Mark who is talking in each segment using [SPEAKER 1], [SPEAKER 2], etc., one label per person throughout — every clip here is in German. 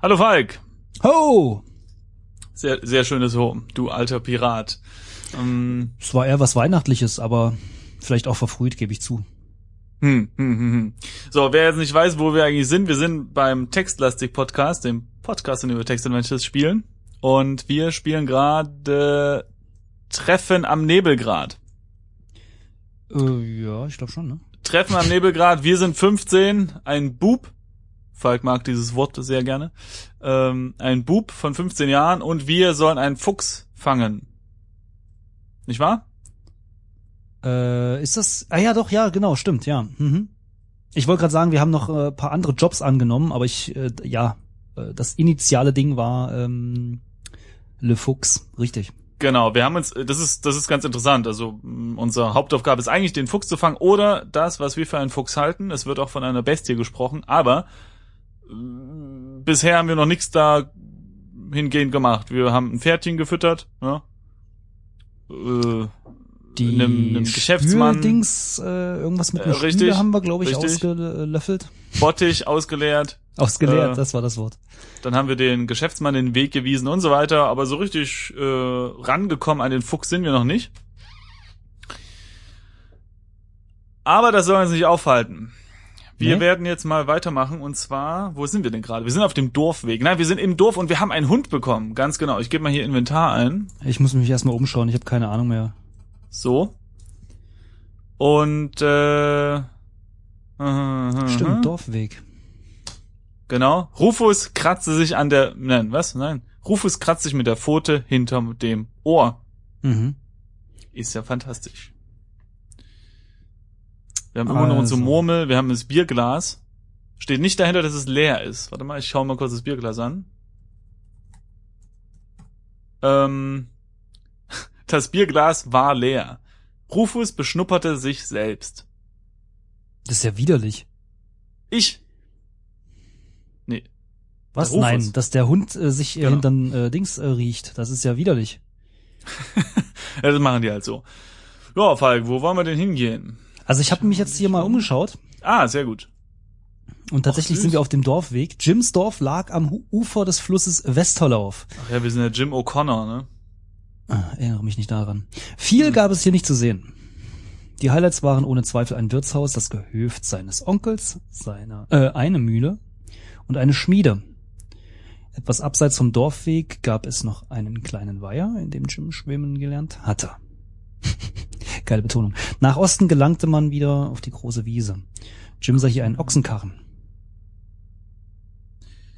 [SPEAKER 1] Hallo Falk.
[SPEAKER 2] Ho!
[SPEAKER 1] Sehr, sehr schönes Ho, du alter Pirat. Ähm,
[SPEAKER 2] Es war eher was Weihnachtliches, aber vielleicht auch verfrüht, gebe ich zu.
[SPEAKER 1] Hm, hm, hm, hm. So, wer jetzt nicht weiß, wo wir eigentlich sind, wir sind beim Textlastik-Podcast, dem Podcast, in dem wir Textadventures spielen. Und wir spielen gerade Treffen am Nebelgrad.
[SPEAKER 2] Äh, ja, ich glaube schon, ne?
[SPEAKER 1] Treffen am Nebelgrad, wir sind 15, ein Bub. Falk mag dieses Wort sehr gerne. Ähm, ein Bub von 15 Jahren und wir sollen einen Fuchs fangen. Nicht wahr?
[SPEAKER 2] Äh, ist das. Ah ja, doch, ja, genau, stimmt, ja. Mhm. Ich wollte gerade sagen, wir haben noch äh, paar andere Jobs angenommen, aber ich, äh, ja, äh, das initiale Ding war ähm, Le Fuchs, richtig.
[SPEAKER 1] Genau, wir haben uns, das ist, das ist ganz interessant. Also mh, unsere Hauptaufgabe ist eigentlich, den Fuchs zu fangen oder das, was wir für einen Fuchs halten. Es wird auch von einer Bestie gesprochen, aber mh, bisher haben wir noch nichts da hingehend gemacht. Wir haben ein Pferdchen gefüttert, ja. Äh,
[SPEAKER 2] Die
[SPEAKER 1] einem- einem Geschäftsmann.
[SPEAKER 2] Dings, äh, irgendwas mit
[SPEAKER 1] Äh,
[SPEAKER 2] einem Spüle
[SPEAKER 1] richtig,
[SPEAKER 2] haben wir, glaube ich,
[SPEAKER 1] richtig.
[SPEAKER 2] ausgelöffelt.
[SPEAKER 1] Bottich ausgeleert,
[SPEAKER 2] Ausgeleert,
[SPEAKER 1] Äh,
[SPEAKER 2] das war das Wort.
[SPEAKER 1] dann haben wir den Geschäftsmann den Weg gewiesen und so weiter, aber so richtig äh, rangekommen an den Fuchs sind wir noch nicht. Aber das soll uns nicht aufhalten. Wir
[SPEAKER 2] Nee.
[SPEAKER 1] werden jetzt mal weitermachen und zwar, wo sind wir denn gerade? Wir sind auf dem Dorfweg. Nein, wir sind im Dorf und wir haben einen Hund bekommen. Ganz genau. Ich gebe mal hier Inventar ein.
[SPEAKER 2] Ich muss mich erstmal umschauen, ich habe keine Ahnung mehr.
[SPEAKER 1] So. Und äh, mhm,
[SPEAKER 2] Stimmt,
[SPEAKER 1] mhm.
[SPEAKER 2] Dorfweg.
[SPEAKER 1] Genau. Rufus kratzte sich an der. Nein, was? Nein. Rufus kratzt sich mit der Pfote hinterm dem Ohr.
[SPEAKER 2] Mhm.
[SPEAKER 1] Ist ja fantastisch. Wir haben immer noch
[SPEAKER 2] Also.
[SPEAKER 1] unsere Murmel, wir haben das Bierglas. Steht nicht dahinter, dass es leer ist. Warte mal, ich schaue mal kurz das Bierglas an. Ähm, das Bierglas war leer. Rufus beschnupperte sich selbst.
[SPEAKER 2] Das ist ja widerlich.
[SPEAKER 1] Ich.
[SPEAKER 2] Was?
[SPEAKER 1] Der Ruf
[SPEAKER 2] Nein,
[SPEAKER 1] ist-
[SPEAKER 2] dass der Hund äh, sich äh,
[SPEAKER 1] Genau.
[SPEAKER 2] hinterm äh, Dings äh, riecht. Das ist ja widerlich.
[SPEAKER 1] Ja, das machen die halt so. Ja, Falk, wo wollen wir denn hingehen?
[SPEAKER 2] Also ich habe mich jetzt hier mal umgeschaut
[SPEAKER 1] Ah, sehr gut.
[SPEAKER 2] und tatsächlich
[SPEAKER 1] süß.
[SPEAKER 2] sind wir auf dem Dorfweg. Jimsdorf lag am Hu- Ufer des Flusses Westerlauf.
[SPEAKER 1] Ach ja, wir sind der Jim O'Connor, ne?
[SPEAKER 2] Ah, erinnere mich nicht daran. Viel gab es hier nicht zu sehen. Die Highlights waren ohne Zweifel ein Wirtshaus, das Gehöft seines Onkels, seiner äh, eine Mühle und eine Schmiede. Etwas abseits vom Dorfweg gab es noch einen kleinen Weiher, in dem Jim schwimmen gelernt hatte. Geile Betonung. Nach Osten gelangte man wieder auf die große Wiese. Jim sah hier einen Ochsenkarren.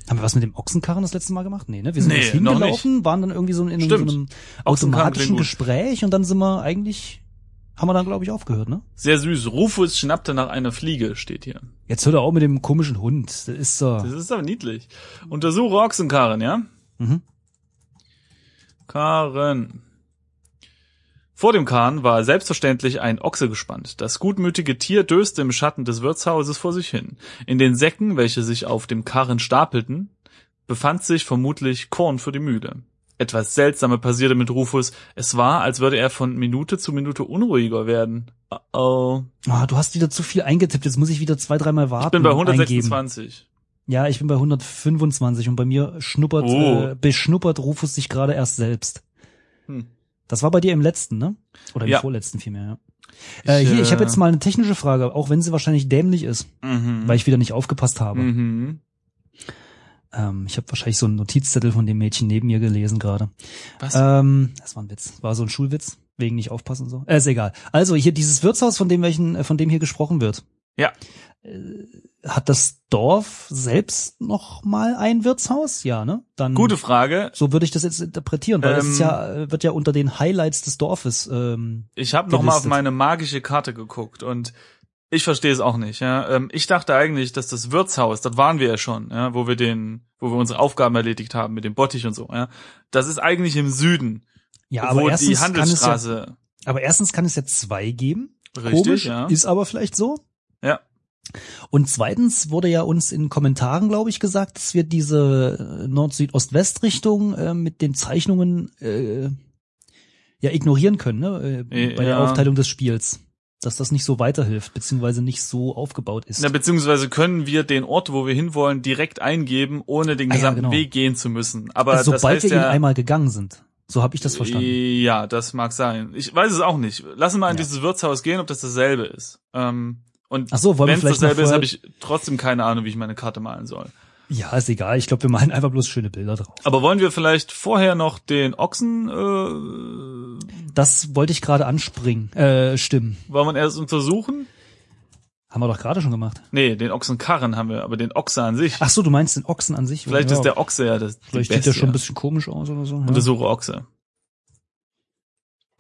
[SPEAKER 2] Haben wir was mit dem Ochsenkarren das letzte Mal gemacht? Nee, ne? Wir sind
[SPEAKER 1] Nee,
[SPEAKER 2] jetzt
[SPEAKER 1] noch nicht.
[SPEAKER 2] hingelaufen, waren dann irgendwie so in, in so
[SPEAKER 1] Stimmt.
[SPEAKER 2] einem
[SPEAKER 1] Ochsenkarren klingt
[SPEAKER 2] automatischen
[SPEAKER 1] gut.
[SPEAKER 2] Gespräch und dann sind wir eigentlich, haben wir dann glaube ich aufgehört, ne?
[SPEAKER 1] Sehr süß. Rufus schnappte nach einer Fliege, steht hier.
[SPEAKER 2] Jetzt hört er auch mit dem komischen Hund. Das ist so.
[SPEAKER 1] Das ist aber niedlich. Untersuche Ochsenkarren, ja?
[SPEAKER 2] Mhm.
[SPEAKER 1] Karren. Vor dem Kahn war selbstverständlich ein Ochse gespannt. Das gutmütige Tier döste im Schatten des Wirtshauses vor sich hin. In den Säcken, welche sich auf dem Karren stapelten, befand sich vermutlich Korn für die Mühle. Etwas Seltsames passierte mit Rufus. Es war, als würde er von Minute zu Minute unruhiger werden. Oh,
[SPEAKER 2] Ah, du hast wieder zu viel eingetippt. Jetzt muss ich wieder zwei, dreimal warten.
[SPEAKER 1] ich bin bei
[SPEAKER 2] und Eingeben.
[SPEAKER 1] 126.
[SPEAKER 2] Ja, ich bin bei 125 und bei mir schnuppert,
[SPEAKER 1] Oh.
[SPEAKER 2] äh, beschnuppert Rufus sich gerade erst selbst.
[SPEAKER 1] Hm.
[SPEAKER 2] Das war bei dir im letzten, ne? Oder im
[SPEAKER 1] Ja.
[SPEAKER 2] vorletzten vielmehr, ja. Äh, hier, ich habe jetzt mal eine technische Frage, auch wenn sie wahrscheinlich dämlich ist,
[SPEAKER 1] Mhm.
[SPEAKER 2] weil ich wieder nicht aufgepasst habe.
[SPEAKER 1] mhm.
[SPEAKER 2] Ähm, ich habe wahrscheinlich so einen Notizzettel von dem Mädchen neben mir gelesen gerade.
[SPEAKER 1] Was?
[SPEAKER 2] Ähm, das war ein Witz. War so ein Schulwitz, wegen nicht aufpassen und so. Äh, ist egal. Also hier dieses Wirtshaus, von dem welchen, äh, von dem hier gesprochen wird.
[SPEAKER 1] Ja.
[SPEAKER 2] Äh, Hat das Dorf selbst noch mal ein Wirtshaus? Ja, ne? Dann
[SPEAKER 1] Gute Frage.
[SPEAKER 2] so würde ich das jetzt interpretieren, weil das
[SPEAKER 1] Ähm.
[SPEAKER 2] ist ja, äh, wird ja unter den Highlights des Dorfes. Ähm,
[SPEAKER 1] Ich habe noch mal auf
[SPEAKER 2] gelistet.
[SPEAKER 1] meine magische Karte geguckt und ich verstehe es auch nicht. Ja? Ähm, ich dachte eigentlich, dass das Wirtshaus, das waren wir ja schon, ja? wo wir den, wo wir unsere Aufgaben erledigt haben mit dem Bottich und so. Ja? Das ist eigentlich im Süden,
[SPEAKER 2] ja,
[SPEAKER 1] wo
[SPEAKER 2] aber
[SPEAKER 1] die
[SPEAKER 2] erstens, kann es ja,
[SPEAKER 1] Handelsstraße.
[SPEAKER 2] aber erstens kann es ja zwei geben.
[SPEAKER 1] richtig,
[SPEAKER 2] Komisch,
[SPEAKER 1] ja.
[SPEAKER 2] ist aber vielleicht so.
[SPEAKER 1] Ja.
[SPEAKER 2] Und zweitens wurde ja uns in Kommentaren, glaube ich, gesagt, dass wir diese äh, Nord-Süd-Ost-West-Richtung äh, mit den Zeichnungen äh, ja ignorieren können, ne? äh,
[SPEAKER 1] Äh,
[SPEAKER 2] bei der
[SPEAKER 1] ja.
[SPEAKER 2] Aufteilung des Spiels. dass das nicht so weiterhilft, beziehungsweise nicht so aufgebaut ist.
[SPEAKER 1] Na, beziehungsweise können wir den Ort, wo wir hinwollen, direkt eingeben, ohne den
[SPEAKER 2] Ah ja,
[SPEAKER 1] gesamten
[SPEAKER 2] genau.
[SPEAKER 1] Weg gehen zu müssen. Aber
[SPEAKER 2] also,
[SPEAKER 1] das
[SPEAKER 2] sobald
[SPEAKER 1] heißt
[SPEAKER 2] wir ihn
[SPEAKER 1] ja,
[SPEAKER 2] einmal gegangen sind. So habe ich das verstanden.
[SPEAKER 1] Ja, das mag sein. Ich weiß es auch nicht. Lassen wir mal in
[SPEAKER 2] Ja.
[SPEAKER 1] dieses Wirtshaus gehen, ob das dasselbe ist. Ähm, und
[SPEAKER 2] Ach so, wollen wir
[SPEAKER 1] wenn es
[SPEAKER 2] vielleicht mal
[SPEAKER 1] dasselbe ist,
[SPEAKER 2] vorher-
[SPEAKER 1] habe ich trotzdem keine Ahnung, wie ich meine Karte malen soll.
[SPEAKER 2] Ja, ist egal. Ich glaube, wir malen einfach bloß schöne Bilder drauf.
[SPEAKER 1] Aber wollen wir vielleicht vorher noch den Ochsen, äh, wollen
[SPEAKER 2] Das wollte ich gerade anspringen, äh, stimmen.
[SPEAKER 1] wir erst untersuchen?
[SPEAKER 2] Haben wir doch gerade schon gemacht.
[SPEAKER 1] Nee, den Ochsenkarren haben wir, aber den Ochse an sich.
[SPEAKER 2] Ach so, du meinst den Ochsen an sich?
[SPEAKER 1] vielleicht
[SPEAKER 2] ja,
[SPEAKER 1] ist der Ochse ja das die
[SPEAKER 2] Vielleicht sieht der
[SPEAKER 1] Bestie.
[SPEAKER 2] schon ein bisschen komisch aus oder so. Ja.
[SPEAKER 1] Untersuche Ochse.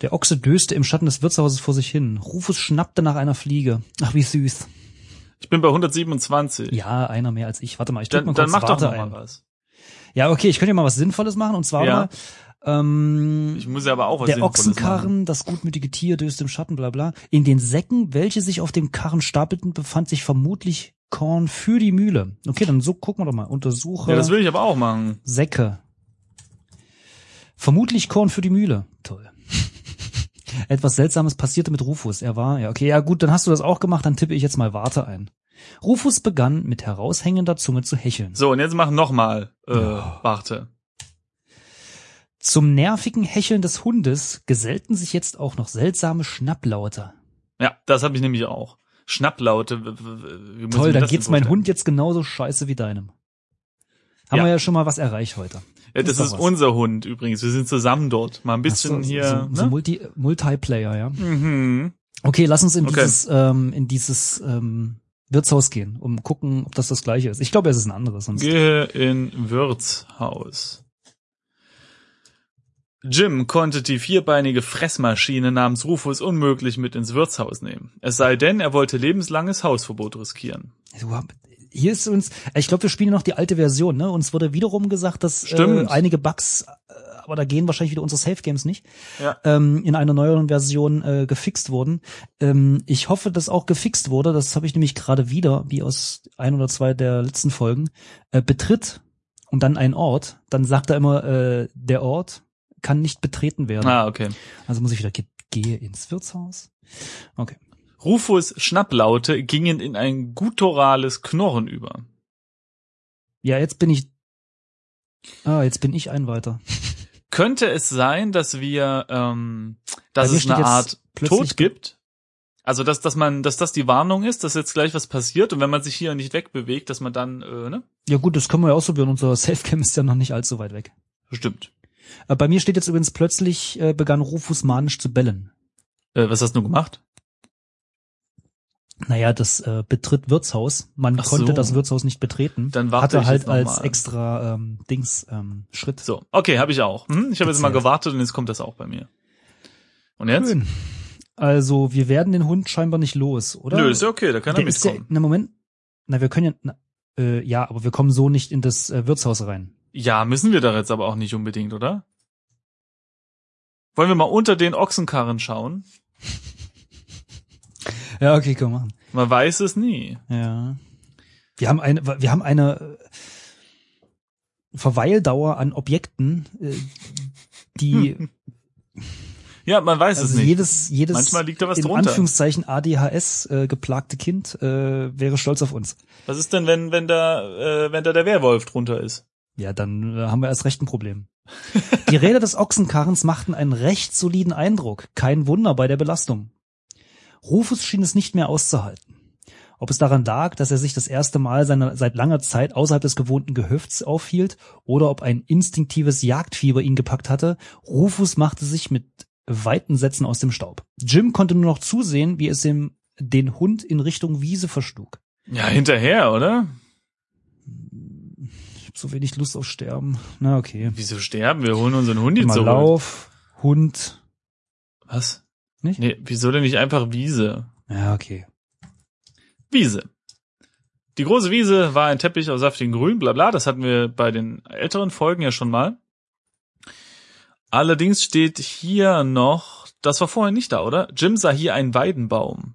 [SPEAKER 2] Der Ochse döste im Schatten des Wirtshauses vor sich hin. Rufus schnappte nach einer Fliege. Ach, wie süß.
[SPEAKER 1] Ich bin bei 127.
[SPEAKER 2] Ja, einer mehr als ich. Warte mal, ich drück
[SPEAKER 1] dann
[SPEAKER 2] mal
[SPEAKER 1] dann
[SPEAKER 2] kurz
[SPEAKER 1] mach doch
[SPEAKER 2] Warte
[SPEAKER 1] noch mal
[SPEAKER 2] ein.
[SPEAKER 1] was.
[SPEAKER 2] Ja, okay, ich könnte ja mal was Sinnvolles machen. Und zwar
[SPEAKER 1] Ja.
[SPEAKER 2] mal, ähm,
[SPEAKER 1] Ich muss ja aber auch was
[SPEAKER 2] der
[SPEAKER 1] Sinnvolles
[SPEAKER 2] Ochsenkarren,
[SPEAKER 1] machen.
[SPEAKER 2] das gutmütige Tier döste im Schatten, bla bla. In den Säcken, welche sich auf dem Karren stapelten, befand sich vermutlich Korn für die Mühle. Okay, dann so gucken wir doch mal. Untersuche
[SPEAKER 1] Ja, das will ich aber auch machen.
[SPEAKER 2] Säcke. Vermutlich Korn für die Mühle. Toll. Etwas Seltsames passierte mit Rufus. Er war, ja, okay, ja gut, dann hast du das auch gemacht, dann tippe ich jetzt mal Warte ein. Rufus begann mit heraushängender Zunge zu hecheln.
[SPEAKER 1] So, und jetzt mach nochmal, äh,
[SPEAKER 2] Ja.
[SPEAKER 1] warte.
[SPEAKER 2] Zum nervigen Hecheln des Hundes gesellten sich jetzt auch noch seltsame Schnapplaute.
[SPEAKER 1] Ja, das habe ich nämlich auch. Schnapplaute. w- w- Wie muss ich mir
[SPEAKER 2] Toll, dann
[SPEAKER 1] das
[SPEAKER 2] geht's
[SPEAKER 1] denn
[SPEAKER 2] mein
[SPEAKER 1] vorstellen?
[SPEAKER 2] Hund jetzt genauso scheiße wie deinem. Haben
[SPEAKER 1] Ja.
[SPEAKER 2] wir ja schon mal was erreicht heute.
[SPEAKER 1] Ja,
[SPEAKER 2] ist
[SPEAKER 1] das
[SPEAKER 2] doch
[SPEAKER 1] ist
[SPEAKER 2] was.
[SPEAKER 1] unser Hund übrigens. Wir sind zusammen dort. Mal ein bisschen
[SPEAKER 2] Ach so,
[SPEAKER 1] hier.
[SPEAKER 2] So, so
[SPEAKER 1] ne?
[SPEAKER 2] Multi, Multiplayer, ja.
[SPEAKER 1] mhm.
[SPEAKER 2] Okay, lass uns in
[SPEAKER 1] Okay.
[SPEAKER 2] dieses, ähm, in dieses ähm, Wirtshaus gehen, um gucken, ob das das gleiche ist. Ich glaube, es ist ein anderes. Sonst.
[SPEAKER 1] Gehe in Wirtshaus. Jim konnte die vierbeinige Fressmaschine namens Rufus unmöglich mit ins Wirtshaus nehmen. Es sei denn, er wollte lebenslanges Hausverbot riskieren.
[SPEAKER 2] Du hab- Also, Hier ist uns, äh, ich glaube, wir spielen noch die alte Version. Ne? Uns wurde wiederum gesagt, dass äh,
[SPEAKER 1] Stimmt.
[SPEAKER 2] einige Bugs, äh, aber da gehen wahrscheinlich wieder unsere Safe Games nicht,
[SPEAKER 1] Ja.
[SPEAKER 2] ähm, in einer neueren Version äh, gefixt wurden. Ähm, ich hoffe, dass auch gefixt wurde. Das habe ich nämlich gerade wieder, wie aus ein oder zwei der letzten Folgen, äh, betritt und dann einen Ort. Dann sagt er immer, äh, der Ort kann nicht betreten werden.
[SPEAKER 1] Ah, okay.
[SPEAKER 2] Also muss ich wieder, ge gehe ins Wirtshaus. Okay.
[SPEAKER 1] Rufus Schnapplaute gingen in ein gutturales Knorren über.
[SPEAKER 2] Ja, jetzt bin ich, ah, jetzt bin ich ein weiter.
[SPEAKER 1] Könnte es sein, dass wir, ähm, dass
[SPEAKER 2] Bei mir
[SPEAKER 1] es eine
[SPEAKER 2] steht Also jetzt
[SPEAKER 1] Art
[SPEAKER 2] plötzlich-
[SPEAKER 1] Tod gibt? Also dass dass man dass das die Warnung ist, dass jetzt gleich was passiert und wenn man sich hier nicht wegbewegt, dass man dann äh, ne
[SPEAKER 2] Ja gut, das können wir ja ausprobieren. Unser Safecam ist ja noch nicht allzu weit weg.
[SPEAKER 1] stimmt.
[SPEAKER 2] Äh, Bei mir steht jetzt übrigens plötzlich, äh, begann Rufus manisch zu bellen.
[SPEAKER 1] Äh, was hast du gemacht?
[SPEAKER 2] Naja, das äh, betritt Wirtshaus. Man
[SPEAKER 1] Ach
[SPEAKER 2] konnte
[SPEAKER 1] so.
[SPEAKER 2] das Wirtshaus nicht betreten.
[SPEAKER 1] Dann warte
[SPEAKER 2] Hatte
[SPEAKER 1] ich
[SPEAKER 2] halt
[SPEAKER 1] jetzt noch
[SPEAKER 2] als
[SPEAKER 1] mal.
[SPEAKER 2] extra ähm, Dings ähm, Schritt.
[SPEAKER 1] So, okay, habe ich auch. Hm? Ich habe jetzt mal
[SPEAKER 2] Gezählt.
[SPEAKER 1] gewartet und jetzt kommt das auch bei mir. Und jetzt?
[SPEAKER 2] Schön. Also wir werden den Hund scheinbar nicht los, oder?
[SPEAKER 1] Nö, ist ja okay, da kann er
[SPEAKER 2] Der ist ja,
[SPEAKER 1] mitkommen.
[SPEAKER 2] na Moment. Na, wir können ja, na, äh, ja, aber wir kommen so nicht in das äh, Wirtshaus rein.
[SPEAKER 1] Ja, müssen wir da jetzt aber auch nicht unbedingt, oder? Wollen wir mal unter den Ochsenkarren schauen?
[SPEAKER 2] Ja, okay, können wir machen.
[SPEAKER 1] Man weiß es nie.
[SPEAKER 2] Ja. Wir haben eine, wir haben eine äh, Verweildauer an Objekten, äh, die
[SPEAKER 1] Ja, man weiß Hm, es
[SPEAKER 2] also
[SPEAKER 1] nicht.
[SPEAKER 2] jedes, jedes
[SPEAKER 1] Manchmal liegt da was
[SPEAKER 2] in
[SPEAKER 1] drunter.
[SPEAKER 2] Anführungszeichen ADHS äh, geplagte Kind äh, wäre stolz auf uns.
[SPEAKER 1] Was ist denn, wenn, wenn da, äh, wenn da der Werwolf drunter ist?
[SPEAKER 2] Ja, dann äh, haben wir erst recht ein Problem. Die Räder des Ochsenkarrens machten einen recht soliden Eindruck. Kein Wunder bei der Belastung. Rufus schien es nicht mehr auszuhalten. Ob es daran lag, dass er sich das erste Mal seiner, seit langer Zeit außerhalb des gewohnten Gehöfts aufhielt, oder ob ein instinktives Jagdfieber ihn gepackt hatte, Rufus machte sich mit weiten Sätzen aus dem Staub. Jim konnte nur noch zusehen, wie es ihm den Hund in Richtung Wiese verschlug.
[SPEAKER 1] Ja, hinterher, oder?
[SPEAKER 2] Hm, Ich hab so wenig Lust auf Sterben. Na okay.
[SPEAKER 1] Wieso sterben? Wir holen unseren Hundi
[SPEAKER 2] Mal
[SPEAKER 1] zurück.
[SPEAKER 2] Lauf, Hund.
[SPEAKER 1] Was?
[SPEAKER 2] Nicht?
[SPEAKER 1] Nee, wieso denn nicht einfach Wiese?
[SPEAKER 2] Ja, okay.
[SPEAKER 1] Wiese. Die große Wiese war ein Teppich aus saftigem Grün, bla bla, das hatten wir bei den älteren Folgen ja schon mal. Allerdings steht hier noch, das war vorher nicht da, oder? Jim sah hier einen Weidenbaum.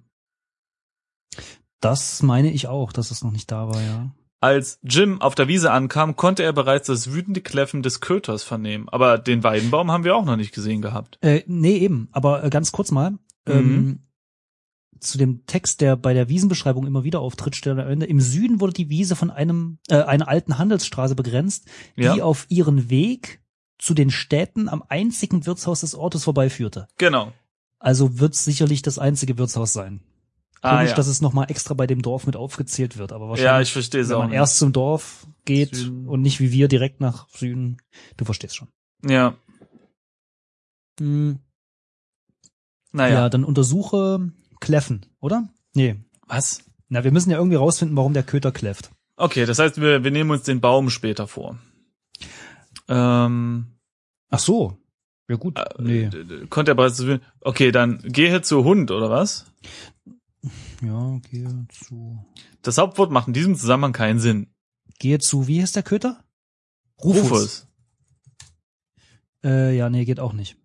[SPEAKER 2] Das meine ich auch, dass es noch nicht da war, ja.
[SPEAKER 1] Als Jim auf der Wiese ankam, konnte er bereits das wütende Kläffen des Köters vernehmen. Aber den Weidenbaum haben wir auch noch nicht gesehen gehabt. Mhm.
[SPEAKER 2] Äh, nee, eben. Aber äh, ganz kurz mal. Ähm, zu dem Text, der bei der Wiesenbeschreibung immer wieder auftritt, steht am Ende, im Süden wurde die Wiese von einem, äh, einer alten Handelsstraße begrenzt, die
[SPEAKER 1] Ja.
[SPEAKER 2] auf ihren Weg zu den Städten am einzigen Wirtshaus des Ortes vorbeiführte.
[SPEAKER 1] Genau.
[SPEAKER 2] Also wird sicherlich das einzige Wirtshaus sein.
[SPEAKER 1] Ah,
[SPEAKER 2] Komisch,
[SPEAKER 1] ja.
[SPEAKER 2] dass es nochmal extra bei dem Dorf mit aufgezählt wird, aber
[SPEAKER 1] ja, ich
[SPEAKER 2] wahrscheinlich,
[SPEAKER 1] verstehe es
[SPEAKER 2] wenn
[SPEAKER 1] auch.
[SPEAKER 2] man
[SPEAKER 1] nicht.
[SPEAKER 2] erst zum Dorf geht
[SPEAKER 1] Süden.
[SPEAKER 2] und nicht wie wir direkt nach Süden. Du verstehst schon.
[SPEAKER 1] ja,
[SPEAKER 2] Hm.
[SPEAKER 1] naja.
[SPEAKER 2] Ah Ja, dann untersuche Kläffen, oder? Nee.
[SPEAKER 1] Was?
[SPEAKER 2] Na, wir müssen ja irgendwie rausfinden, warum der Köter kläfft.
[SPEAKER 1] Okay, das heißt, wir, wir nehmen uns den Baum später vor. Ähm,
[SPEAKER 2] Ach so. Ja gut.
[SPEAKER 1] äh,
[SPEAKER 2] nee.
[SPEAKER 1] d- d- Konnte er bereits. Okay, dann gehe zu Hund, oder was?
[SPEAKER 2] Ja, gehe zu.
[SPEAKER 1] Das Hauptwort macht in diesem Zusammenhang keinen Sinn.
[SPEAKER 2] Gehe zu, wie heißt der Köter? Rufus. Äh, ja, nee, geht auch nicht.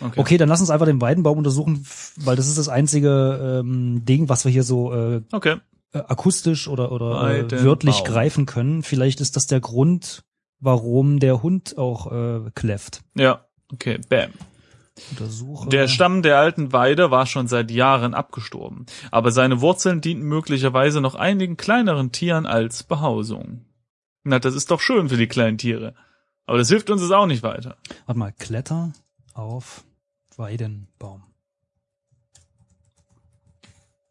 [SPEAKER 1] Okay.
[SPEAKER 2] Okay, dann lass uns einfach den Weidenbaum untersuchen, f- weil das ist das einzige ähm, Ding, was wir hier so äh,
[SPEAKER 1] Okay.
[SPEAKER 2] äh, akustisch oder, oder äh,
[SPEAKER 1] Weidenbaum.
[SPEAKER 2] wörtlich greifen können. Vielleicht ist das der Grund, warum der Hund auch äh, kläfft.
[SPEAKER 1] Ja. Okay, bam.
[SPEAKER 2] Untersuche.
[SPEAKER 1] Der Stamm der alten Weide war schon seit Jahren abgestorben, aber seine Wurzeln dienten möglicherweise noch einigen kleineren Tieren als Behausung. Na, das ist doch schön für die kleinen Tiere. Aber das hilft uns jetzt auch nicht weiter.
[SPEAKER 2] Warte mal, Kletter auf Weidenbaum.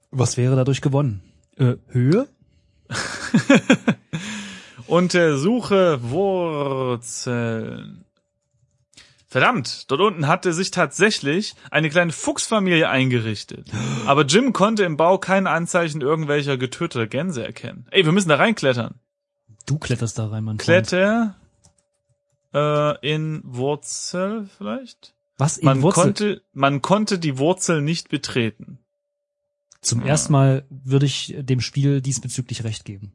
[SPEAKER 2] Was wäre dadurch gewonnen? Äh, Höhe?
[SPEAKER 1] Untersuche äh, Wurzeln. Verdammt, dort unten hatte sich tatsächlich eine kleine Fuchsfamilie eingerichtet. Aber Jim konnte im Bau keine Anzeichen irgendwelcher getöteter Gänse erkennen. Ey, wir müssen da reinklettern.
[SPEAKER 2] Du kletterst da rein, mein Freund.
[SPEAKER 1] Kletter äh, in Wurzel vielleicht?
[SPEAKER 2] Was in
[SPEAKER 1] Man
[SPEAKER 2] Wurzel?
[SPEAKER 1] konnte man konnte die Wurzel nicht betreten.
[SPEAKER 2] Zum
[SPEAKER 1] Ja.
[SPEAKER 2] ersten Mal würde ich dem Spiel diesbezüglich recht geben.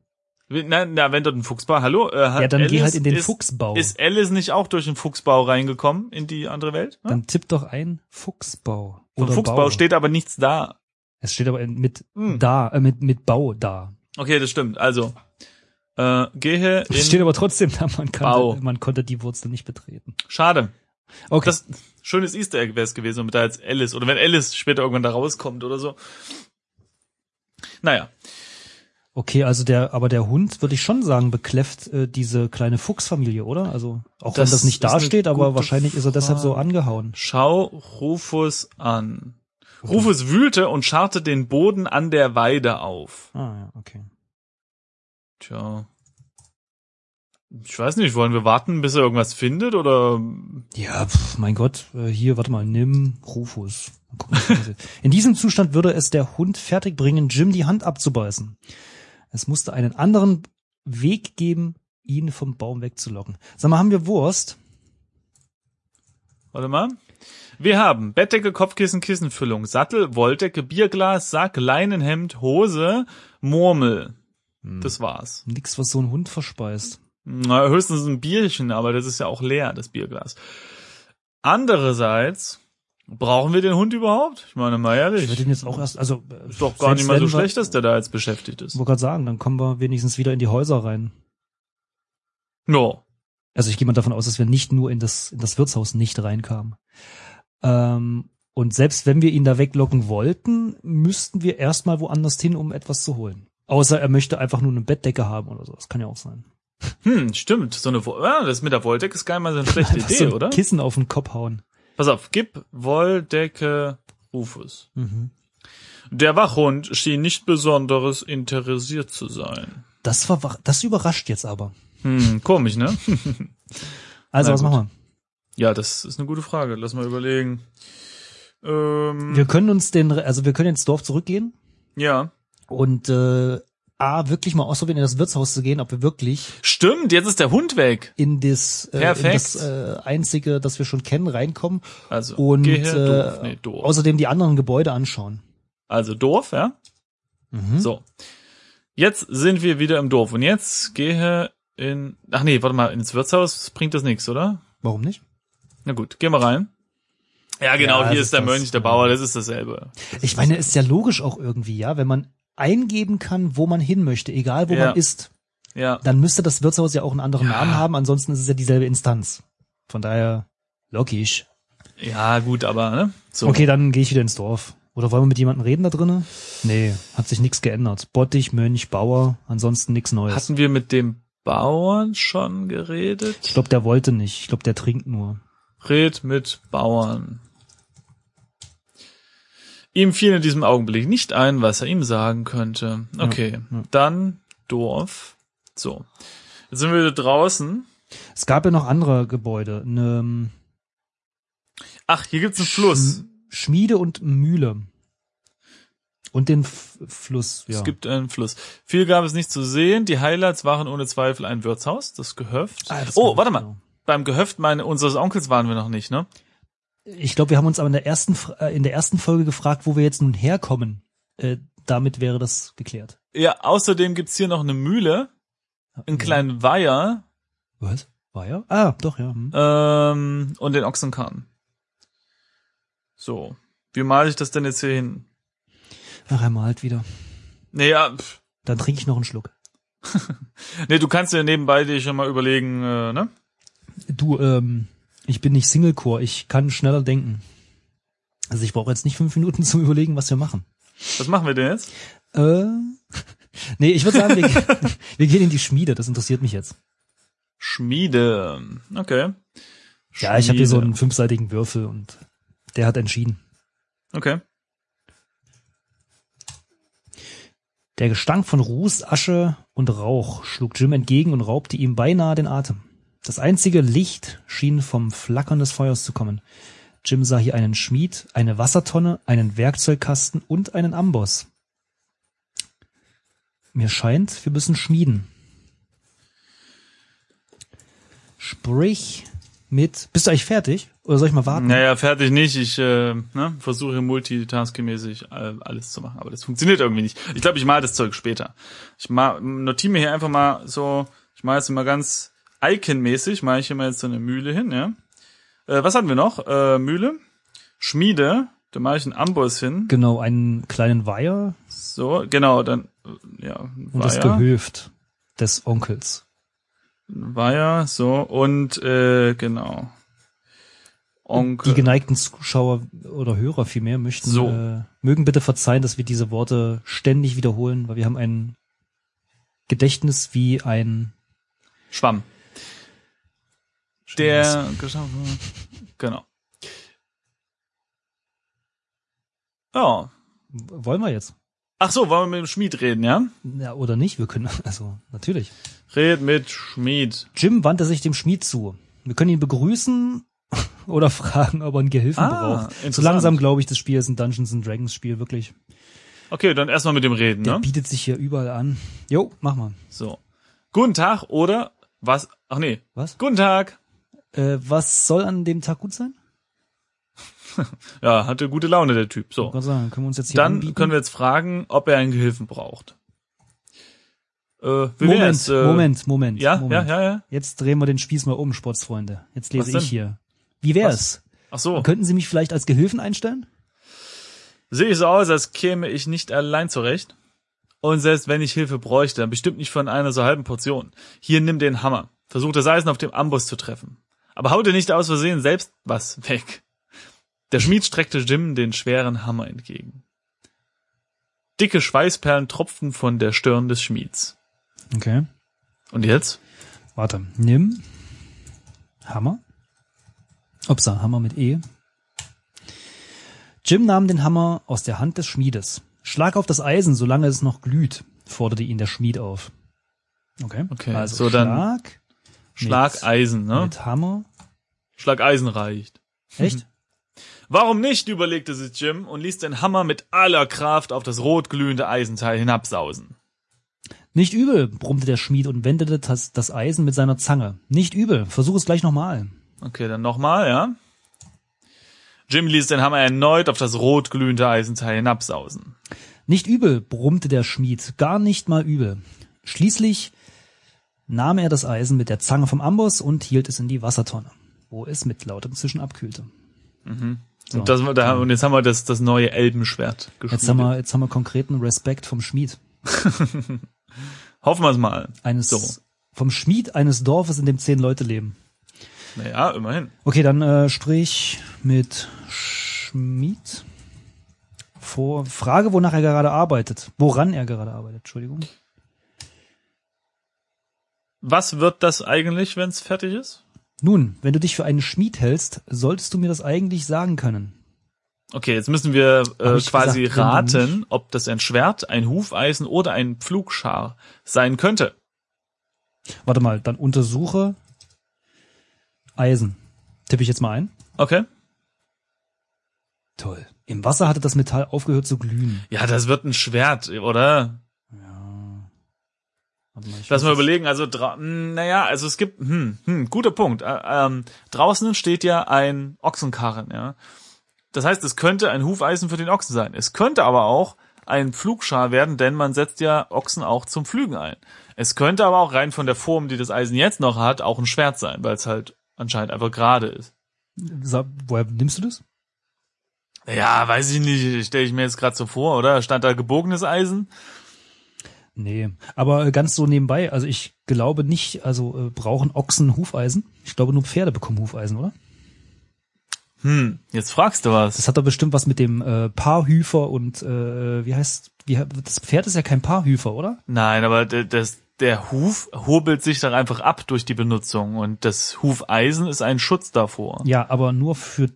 [SPEAKER 1] Wie- Na, na wenn dort ein Fuchs war, hallo? Äh, hat
[SPEAKER 2] Ja, dann geh
[SPEAKER 1] Alice-
[SPEAKER 2] halt in den
[SPEAKER 1] ist,
[SPEAKER 2] Fuchsbau.
[SPEAKER 1] Ist Alice nicht auch durch den Fuchsbau reingekommen in die andere Welt? ne?
[SPEAKER 2] dann tipp doch ein Fuchsbau.
[SPEAKER 1] Vom
[SPEAKER 2] oder
[SPEAKER 1] Fuchsbau
[SPEAKER 2] Bau.
[SPEAKER 1] steht aber nichts da.
[SPEAKER 2] Es steht aber in- mit
[SPEAKER 1] Hm.
[SPEAKER 2] da, äh, mit, mit Bau da.
[SPEAKER 1] Okay, das stimmt. Also, äh, gehe in...
[SPEAKER 2] Es steht aber trotzdem da, man,
[SPEAKER 1] Bau.
[SPEAKER 2] kann, man konnte die Wurzel nicht betreten.
[SPEAKER 1] Schade.
[SPEAKER 2] Okay.
[SPEAKER 1] Das schönes Easter Egg wäre es gewesen, wenn da jetzt Alice, oder wenn Alice später irgendwann da rauskommt oder so. Naja,
[SPEAKER 2] Okay, also der, aber der Hund, würde ich schon sagen, bekläfft äh, diese kleine Fuchsfamilie, oder? Also auch
[SPEAKER 1] Das
[SPEAKER 2] wenn das nicht
[SPEAKER 1] ist eine
[SPEAKER 2] dasteht, aber
[SPEAKER 1] gute
[SPEAKER 2] wahrscheinlich ist er deshalb so
[SPEAKER 1] Frage.
[SPEAKER 2] angehauen.
[SPEAKER 1] schau Rufus an. Rufus wühlte und scharrte den Boden an der Weide auf.
[SPEAKER 2] Ah ja, okay.
[SPEAKER 1] Tja. Ich weiß nicht, wollen wir warten, bis er irgendwas findet, oder?
[SPEAKER 2] Ja, pf, mein Gott, äh, hier, warte mal, nimm Rufus. Mal gucken, was das ist. In diesem Zustand würde es der Hund fertigbringen, Jim die Hand abzubeißen. Es musste einen anderen Weg geben, ihn vom Baum wegzulocken. Sag mal, haben wir Wurst?
[SPEAKER 1] Warte mal. Wir haben Bettdecke, Kopfkissen, Kissenfüllung, Sattel, Wolldecke, Bierglas, Sack, Leinenhemd, Hose, Murmel.
[SPEAKER 2] Hm.
[SPEAKER 1] Das war's.
[SPEAKER 2] Nix, was so ein Hund verspeist.
[SPEAKER 1] Na, höchstens ein Bierchen, aber das ist ja auch leer, das Bierglas. Andererseits, brauchen wir den Hund überhaupt? Ich meine, mal
[SPEAKER 2] Ich würde
[SPEAKER 1] ehrlich.
[SPEAKER 2] ihn jetzt auch erst, also äh,
[SPEAKER 1] Ist doch gar
[SPEAKER 2] selbst
[SPEAKER 1] nicht mal so
[SPEAKER 2] wenn wir-
[SPEAKER 1] schlecht, dass der da jetzt beschäftigt ist.
[SPEAKER 2] wollte gerade sagen, dann kommen wir wenigstens wieder in die Häuser rein.
[SPEAKER 1] No.
[SPEAKER 2] Also ich gehe mal davon aus, dass wir nicht nur in das, in das Wirtshaus nicht reinkamen. Ähm, und selbst wenn wir ihn da weglocken wollten, müssten wir erstmal woanders hin, um etwas zu holen. Außer er möchte einfach nur eine Bettdecke haben oder so. Das kann ja auch sein.
[SPEAKER 1] Hm, stimmt. So eine, Wo- ja, das mit der Wolldecke ist gar nicht mal so eine schlechte
[SPEAKER 2] Einfach
[SPEAKER 1] Idee,
[SPEAKER 2] so ein
[SPEAKER 1] oder?
[SPEAKER 2] Kissen auf den Kopf hauen.
[SPEAKER 1] Pass auf, gib Wolldecke Rufus. Der Wachhund schien nicht besonderes interessiert zu sein.
[SPEAKER 2] Das, war, das überrascht jetzt aber.
[SPEAKER 1] Hm, komisch, ne?
[SPEAKER 2] Also
[SPEAKER 1] Na
[SPEAKER 2] was
[SPEAKER 1] gut.
[SPEAKER 2] machen
[SPEAKER 1] Ja, das ist eine gute Frage. Lass mal überlegen.
[SPEAKER 2] wir?
[SPEAKER 1] Ähm,
[SPEAKER 2] Wir können uns den, also wir können ins Dorf zurückgehen
[SPEAKER 1] ja.
[SPEAKER 2] und äh, A, wirklich mal ausprobieren, in das Wirtshaus zu gehen, ob wir wirklich
[SPEAKER 1] Stimmt, jetzt ist der Hund weg.
[SPEAKER 2] in das, äh, in
[SPEAKER 1] Perfekt.
[SPEAKER 2] das äh, einzige, das wir schon kennen, reinkommen
[SPEAKER 1] Also,
[SPEAKER 2] und
[SPEAKER 1] Gehirn,
[SPEAKER 2] äh,
[SPEAKER 1] doof, nee, doof.
[SPEAKER 2] außerdem die anderen Gebäude anschauen.
[SPEAKER 1] Also doof, ja?
[SPEAKER 2] So.
[SPEAKER 1] So. Jetzt sind wir wieder im Dorf. Und jetzt gehe in. Ach nee, warte mal, ins Wirtshaus bringt das nichts, oder?
[SPEAKER 2] Warum nicht?
[SPEAKER 1] Na gut, gehen wir rein. Ja, genau,
[SPEAKER 2] Ja,
[SPEAKER 1] hier
[SPEAKER 2] das
[SPEAKER 1] ist der
[SPEAKER 2] ist das.
[SPEAKER 1] Mönch, der Bauer, das ist dasselbe.
[SPEAKER 2] Ich meine, ist ja logisch auch irgendwie, ja, wenn man eingeben kann, wo man hin möchte, egal wo
[SPEAKER 1] Ja.
[SPEAKER 2] man ist,
[SPEAKER 1] Ja.
[SPEAKER 2] dann müsste das Wirtshaus ja auch einen anderen
[SPEAKER 1] Ja.
[SPEAKER 2] Namen haben, ansonsten ist es ja dieselbe Instanz. Von daher logisch.
[SPEAKER 1] Ja, gut, aber, ne? So.
[SPEAKER 2] Okay, dann gehe ich wieder ins Dorf. Oder wollen wir mit jemandem reden da drinnen? Nee, hat sich nichts geändert. Bottich, Mönch, Bauer, ansonsten nichts Neues.
[SPEAKER 1] Hatten wir mit dem Bauern schon geredet?
[SPEAKER 2] ich glaube, der wollte nicht. Ich glaube, der trinkt nur.
[SPEAKER 1] Red mit Bauern. Ihm fiel in diesem Augenblick nicht ein, was er ihm sagen könnte. Okay,
[SPEAKER 2] ja.
[SPEAKER 1] dann Dorf. So. Jetzt sind wir draußen.
[SPEAKER 2] Es gab ja noch andere Gebäude. Eine ähm,
[SPEAKER 1] Ach, hier gibt's einen Fluss.
[SPEAKER 2] Sch- Schmiede und Mühle. Und den F Fluss, ja.
[SPEAKER 1] Es gibt einen Fluss. Viel gab es nicht zu sehen. Die Highlights waren ohne Zweifel ein Wirtshaus, das Gehöft.
[SPEAKER 2] Ah, das
[SPEAKER 1] oh,
[SPEAKER 2] war-
[SPEAKER 1] warte mal. Beim Gehöft meine, unseres Onkels waren wir noch nicht, ne?
[SPEAKER 2] Ich glaube, wir haben uns aber in der ersten, Fra- äh, in der ersten Folge gefragt, wo wir jetzt nun herkommen. Äh, damit wäre das geklärt.
[SPEAKER 1] Ja, außerdem gibt's hier noch eine Mühle, einen kleinen Weiher
[SPEAKER 2] Was? War ja? Ah, doch, ja. Hm.
[SPEAKER 1] ähm, und den Ochsenkarren. So. Wie male ich das denn jetzt hier hin?
[SPEAKER 2] Ach, er malt wieder.
[SPEAKER 1] Naja, pff.
[SPEAKER 2] Dann trinke ich noch einen Schluck.
[SPEAKER 1] nee, du kannst dir nebenbei dir schon mal überlegen, äh, ne?
[SPEAKER 2] Du, ähm, ich bin nicht Singlecore, ich kann schneller denken. Also ich brauche jetzt nicht fünf Minuten zum Überlegen, was wir machen.
[SPEAKER 1] Was machen wir denn jetzt?
[SPEAKER 2] Äh, nee, ich würde sagen, wir, ge- wir gehen in die Schmiede, das interessiert mich jetzt.
[SPEAKER 1] Schmiede. Okay.
[SPEAKER 2] Ja, ich habe hier so
[SPEAKER 1] Schmiede.
[SPEAKER 2] einen fünfseitigen Würfel und der hat entschieden.
[SPEAKER 1] Okay.
[SPEAKER 2] Der Gestank von Ruß, Asche und Rauch schlug Jim entgegen und raubte ihm beinahe den Atem. Das einzige Licht schien vom Flackern des Feuers zu kommen. Jim sah hier einen Schmied, eine Wassertonne, einen Werkzeugkasten und einen Amboss. Mir scheint, wir müssen schmieden. Sprich mit. Bist du eigentlich fertig? Oder soll ich mal warten?
[SPEAKER 1] Naja, fertig nicht. Ich äh, ne, versuche multitaskingmäßig äh, alles zu machen, aber das funktioniert irgendwie nicht. Ich glaube, ich mal das Zeug später. Ich mal, notiere mir hier einfach mal so, ich mal jetzt immer ganz Icon-mäßig, mal ich hier mal jetzt so eine Mühle hin, ja. Äh, was hatten wir noch? Äh, Mühle, Schmiede, da mache ich einen Amboss hin.
[SPEAKER 2] Genau, einen kleinen Weiher
[SPEAKER 1] So, genau, dann, äh, ja,
[SPEAKER 2] und das
[SPEAKER 1] Weiher,
[SPEAKER 2] Gehöft des Onkels.
[SPEAKER 1] Weiher, so, und, äh, genau. Onkel.
[SPEAKER 2] Die geneigten Zuschauer oder Hörer vielmehr möchten,
[SPEAKER 1] So.
[SPEAKER 2] äh, mögen bitte verzeihen, dass wir diese Worte ständig wiederholen, weil wir haben ein Gedächtnis wie ein
[SPEAKER 1] Schwamm. Der genau. Ja.
[SPEAKER 2] Wollen wir jetzt?
[SPEAKER 1] Ach so, wollen wir mit dem Schmied reden, ja?
[SPEAKER 2] Ja, oder nicht? Wir können, also, natürlich.
[SPEAKER 1] Red mit Schmied.
[SPEAKER 2] Jim wandte sich dem Schmied zu. Wir können ihn begrüßen oder fragen, ob er einen Gehilfen
[SPEAKER 1] Ah,
[SPEAKER 2] braucht. So
[SPEAKER 1] interessant.
[SPEAKER 2] langsam glaube ich, das Spiel ist ein Dungeons and Dragons Spiel, wirklich.
[SPEAKER 1] Okay, dann erstmal mit dem Reden,
[SPEAKER 2] Der
[SPEAKER 1] ne?
[SPEAKER 2] bietet sich hier überall an. Jo, mach mal.
[SPEAKER 1] So. Guten Tag oder was? Ach nee.
[SPEAKER 2] Was?
[SPEAKER 1] Guten Tag.
[SPEAKER 2] Äh, was soll an dem Tag gut sein?
[SPEAKER 1] Ja, hatte gute Laune der Typ.
[SPEAKER 2] Ich
[SPEAKER 1] So.
[SPEAKER 2] kann sagen, können wir uns jetzt hier
[SPEAKER 1] Dann
[SPEAKER 2] anbieten?
[SPEAKER 1] können wir jetzt fragen, ob er einen Gehilfen braucht. Äh, will wer
[SPEAKER 2] Moment,
[SPEAKER 1] jetzt, äh,
[SPEAKER 2] Moment, Moment,
[SPEAKER 1] Ja,
[SPEAKER 2] Moment.
[SPEAKER 1] ja, ja, ja.
[SPEAKER 2] Jetzt drehen wir den Spieß mal um, Sportsfreunde. Jetzt
[SPEAKER 1] Was
[SPEAKER 2] lese
[SPEAKER 1] denn?
[SPEAKER 2] ich hier. Wie wär's? Oh.
[SPEAKER 1] Ach so.
[SPEAKER 2] Könnten Sie mich vielleicht als Gehilfen einstellen?
[SPEAKER 1] Sehe ich so aus, als käme ich nicht allein zurecht. Und selbst wenn ich Hilfe bräuchte, dann bestimmt nicht von einer so halben Portion. Hier nimm den Hammer. Versuch das Eisen auf dem Amboss zu treffen. Aber hau dir nicht aus Versehen selbst was weg. Der Schmied streckte Jim den schweren Hammer entgegen. Dicke Schweißperlen tropften von der Stirn des Schmieds.
[SPEAKER 2] Okay.
[SPEAKER 1] Und jetzt?
[SPEAKER 2] Warte. Nimm. Hammer. Upsa, Hammer mit E. Jim nahm den Hammer aus der Hand des Schmiedes. Schlag auf das Eisen, solange es noch glüht, forderte ihn der Schmied auf. Okay.
[SPEAKER 1] Okay,
[SPEAKER 2] Also
[SPEAKER 1] so dann-
[SPEAKER 2] Schlag
[SPEAKER 1] Schlag
[SPEAKER 2] Mit-
[SPEAKER 1] Eisen, ne?
[SPEAKER 2] mit Hammer.
[SPEAKER 1] Schlag Eisen reicht.
[SPEAKER 2] Echt?
[SPEAKER 1] Warum nicht, überlegte sich Jim und ließ den Hammer mit aller Kraft auf das rot glühende Eisenteil hinabsausen.
[SPEAKER 2] Nicht übel, brummte der Schmied und wendete das, das Eisen mit seiner Zange. Nicht übel, versuch es gleich nochmal.
[SPEAKER 1] Okay, dann nochmal, ja. Jim ließ den Hammer erneut auf das rot glühende Eisenteil hinabsausen.
[SPEAKER 2] Nicht übel, brummte der Schmied, gar nicht mal übel. Schließlich nahm er das Eisen mit der Zange vom Amboss und hielt es in die Wassertonne, wo es mit lautem Zischen abkühlte. So.
[SPEAKER 1] Und, das, da, haben- und jetzt haben wir das, das neue Elbenschwert geschmiedet.
[SPEAKER 2] Jetzt haben, wir, jetzt haben wir konkreten Respekt vom Schmied.
[SPEAKER 1] Hoffen wir es mal.
[SPEAKER 2] Eines,
[SPEAKER 1] So.
[SPEAKER 2] Vom Schmied eines Dorfes, in dem zehn Leute leben.
[SPEAKER 1] Naja, immerhin.
[SPEAKER 2] Okay, dann äh, sprich mit Schmied. Vor Frage, wonach er gerade arbeitet. Woran er gerade arbeitet, Entschuldigung.
[SPEAKER 1] Was wird das eigentlich, wenn es fertig ist?
[SPEAKER 2] Nun, wenn du dich für einen Schmied hältst, solltest du mir das eigentlich sagen können.
[SPEAKER 1] Okay, jetzt müssen wir
[SPEAKER 2] Hab
[SPEAKER 1] äh,
[SPEAKER 2] ich
[SPEAKER 1] quasi
[SPEAKER 2] gesagt, wenn du
[SPEAKER 1] raten, ob das ein Schwert, ein Hufeisen oder ein Pflugschar sein könnte.
[SPEAKER 2] Warte mal, dann untersuche Eisen. Tippe ich jetzt mal ein.
[SPEAKER 1] Okay?
[SPEAKER 2] Toll. Im Wasser hatte das Metall aufgehört zu glühen.
[SPEAKER 1] Ja, das wird ein Schwert, oder?
[SPEAKER 2] Ja. Warte mal, ich
[SPEAKER 1] Lass
[SPEAKER 2] weiß
[SPEAKER 1] mal
[SPEAKER 2] jetzt-
[SPEAKER 1] überlegen, also dra- hm, naja, also es gibt, hm, hm, guter Punkt. Ä- Ähm, draußen steht ja ein Ochsenkarren, ja. Das heißt, es könnte ein Hufeisen für den Ochsen sein. Es könnte aber auch ein Pflugschar werden, denn man setzt ja Ochsen auch zum Pflügen ein. Es könnte aber auch rein von der Form, die das Eisen jetzt noch hat, auch ein Schwert sein, weil es halt anscheinend einfach gerade ist.
[SPEAKER 2] Sa- Woher nimmst du das?
[SPEAKER 1] Ja, weiß ich nicht, stelle ich mir jetzt gerade so vor, oder? Stand da gebogenes Eisen?
[SPEAKER 2] Nee, aber äh, ganz so nebenbei, also ich glaube nicht, also äh, brauchen Ochsen Hufeisen. Ich glaube nur Pferde bekommen Hufeisen, oder?
[SPEAKER 1] Hm, jetzt fragst du was.
[SPEAKER 2] Das hat doch bestimmt was mit dem äh, Paarhüfer und äh, wie heißt wie he- das Pferd ist ja kein Paarhüfer, oder?
[SPEAKER 1] Nein, aber d- das, der Huf hobelt sich dann einfach ab durch die Benutzung und das Hufeisen ist ein Schutz davor.
[SPEAKER 2] Ja, aber nur für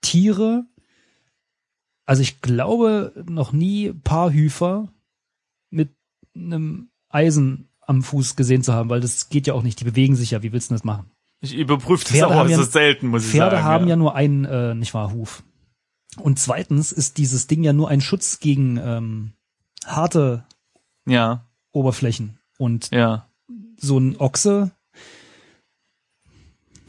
[SPEAKER 2] Tiere. Also ich glaube noch nie Paarhüfer mit einem Eisen am Fuß gesehen zu haben, weil das geht ja auch nicht. Die bewegen sich ja. Wie willst du das machen?
[SPEAKER 1] Ich überprüfe das
[SPEAKER 2] Pferde
[SPEAKER 1] aber,
[SPEAKER 2] haben
[SPEAKER 1] es
[SPEAKER 2] ja-
[SPEAKER 1] ist selten, muss ich sagen.
[SPEAKER 2] Pferde haben ja. nur einen, äh, nicht wahr, Huf. Und zweitens ist dieses Ding ja nur ein Schutz gegen ähm, harte
[SPEAKER 1] Ja,
[SPEAKER 2] Oberflächen. Und
[SPEAKER 1] ja.
[SPEAKER 2] so ein Ochse.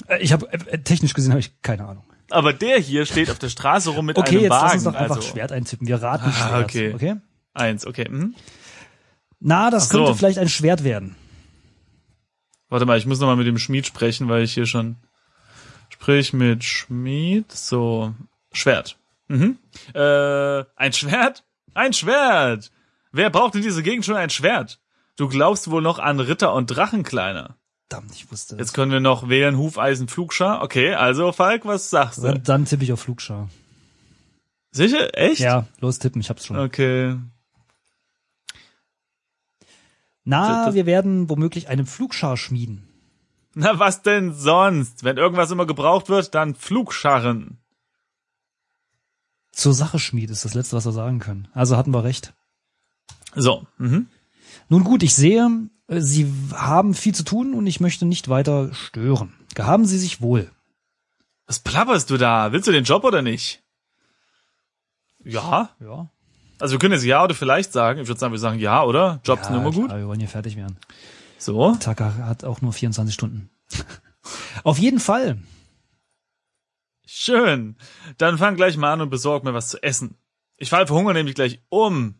[SPEAKER 2] Äh, Ich habe äh, technisch gesehen habe ich keine Ahnung.
[SPEAKER 1] Aber der hier steht auf der Straße rum mit
[SPEAKER 2] Okay,
[SPEAKER 1] einem
[SPEAKER 2] jetzt
[SPEAKER 1] Wagen.
[SPEAKER 2] lass uns doch einfach
[SPEAKER 1] also,
[SPEAKER 2] Schwert eintippen. Wir raten
[SPEAKER 1] Ah,
[SPEAKER 2] Schwert.
[SPEAKER 1] okay.
[SPEAKER 2] okay.
[SPEAKER 1] Eins, okay. Hm?
[SPEAKER 2] Na, das
[SPEAKER 1] Ach so.
[SPEAKER 2] könnte vielleicht ein Schwert werden.
[SPEAKER 1] Warte mal, ich muss nochmal mit dem Schmied sprechen, weil ich hier schon sprich mit Schmied. So, Schwert. Mhm. Äh, ein Schwert? Ein Schwert! Wer braucht in dieser Gegend schon ein Schwert? Du glaubst wohl noch an Ritter und Drachenkleiner.
[SPEAKER 2] Verdammt, ich wusste.
[SPEAKER 1] Jetzt können wir noch wählen, Hufeisen, Flugschar. Okay, also Falk, was sagst
[SPEAKER 2] dann,
[SPEAKER 1] du?
[SPEAKER 2] dann tippe ich auf Flugschar.
[SPEAKER 1] Sicher? Echt?
[SPEAKER 2] Ja, los tippen, ich hab's schon.
[SPEAKER 1] Okay.
[SPEAKER 2] Na,
[SPEAKER 1] das- das-
[SPEAKER 2] wir werden womöglich einen Flugschar schmieden.
[SPEAKER 1] Na, was denn sonst? Wenn irgendwas immer gebraucht wird, dann Flugscharren.
[SPEAKER 2] Zur Sache schmied ist das letzte, was wir sagen können. Also hatten wir recht.
[SPEAKER 1] So, mhm.
[SPEAKER 2] Nun gut, ich sehe, äh, Sie haben viel zu tun und ich möchte nicht weiter stören. Gehaben Sie sich wohl.
[SPEAKER 1] Was plapperst du da? Willst du den Job oder nicht? Ja.
[SPEAKER 2] Ja.
[SPEAKER 1] Also wir können jetzt ja oder vielleicht sagen. Ich würde sagen, wir sagen ja, oder? Jobs sind immer gut.
[SPEAKER 2] Klar, wir wollen hier fertig werden.
[SPEAKER 1] So.
[SPEAKER 2] Taka hat auch nur 24 Stunden. Auf jeden Fall.
[SPEAKER 1] Schön. Dann fang gleich mal an und besorg mir was zu essen. Ich falle vor Hunger nämlich gleich um.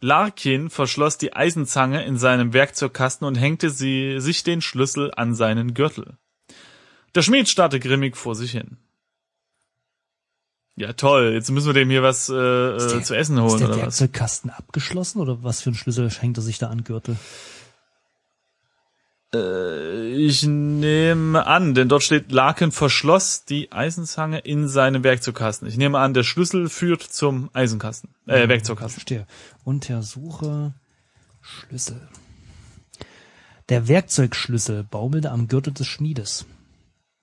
[SPEAKER 1] Larkin verschloss die Eisenzange in seinem Werkzeugkasten und hängte sie, sich den Schlüssel an seinen Gürtel. Der Schmied starrte grimmig vor sich hin. Ja toll, jetzt müssen wir dem hier was äh,
[SPEAKER 2] der-
[SPEAKER 1] äh, zu essen
[SPEAKER 2] Ist
[SPEAKER 1] holen
[SPEAKER 2] der
[SPEAKER 1] oder was?
[SPEAKER 2] Werkzeugkasten abgeschlossen oder was für ein Schlüssel hängt er sich da an Gürtel?
[SPEAKER 1] Ich nehme an, denn dort steht, Larkin verschloss die Eisenzange in seinem Werkzeugkasten. Ich nehme an, der Schlüssel führt zum Eisenkasten,
[SPEAKER 2] Mhm.
[SPEAKER 1] äh, Werkzeugkasten.
[SPEAKER 2] Verstehe. Untersuche Schlüssel. Der Werkzeugschlüssel baumelte am Gürtel des Schmiedes.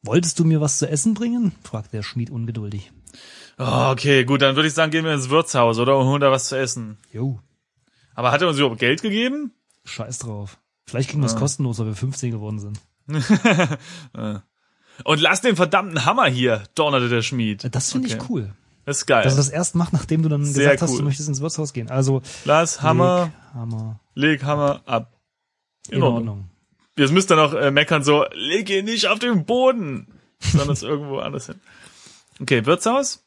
[SPEAKER 2] Wolltest du mir was zu essen bringen? fragte der Schmied ungeduldig.
[SPEAKER 1] Oh, okay, gut, dann würde ich sagen, gehen wir ins Wirtshaus oder und holen da was zu essen.
[SPEAKER 2] Jo,
[SPEAKER 1] Aber hat er uns überhaupt Geld gegeben?
[SPEAKER 2] scheiß drauf. Vielleicht kriegen wir es kostenlos, weil wir 15 geworden sind.
[SPEAKER 1] Und lass den verdammten Hammer hier, donnerte der Schmied.
[SPEAKER 2] Äh, Das finde
[SPEAKER 1] Okay.
[SPEAKER 2] ich cool.
[SPEAKER 1] Das ist geil.
[SPEAKER 2] Dass du das erst machst, nachdem du dann
[SPEAKER 1] Sehr
[SPEAKER 2] gesagt hast,
[SPEAKER 1] cool.
[SPEAKER 2] du möchtest ins Wirtshaus gehen. Also
[SPEAKER 1] lass Hammer,
[SPEAKER 2] Leg, Hammer.
[SPEAKER 1] leg Hammer ab.
[SPEAKER 2] In,
[SPEAKER 1] Ordnung.
[SPEAKER 2] Ordnung.
[SPEAKER 1] Jetzt müsst ihr noch äh, meckern so, leg ihn nicht auf den Boden, sondern es irgendwo anders hin. Okay, Wirtshaus.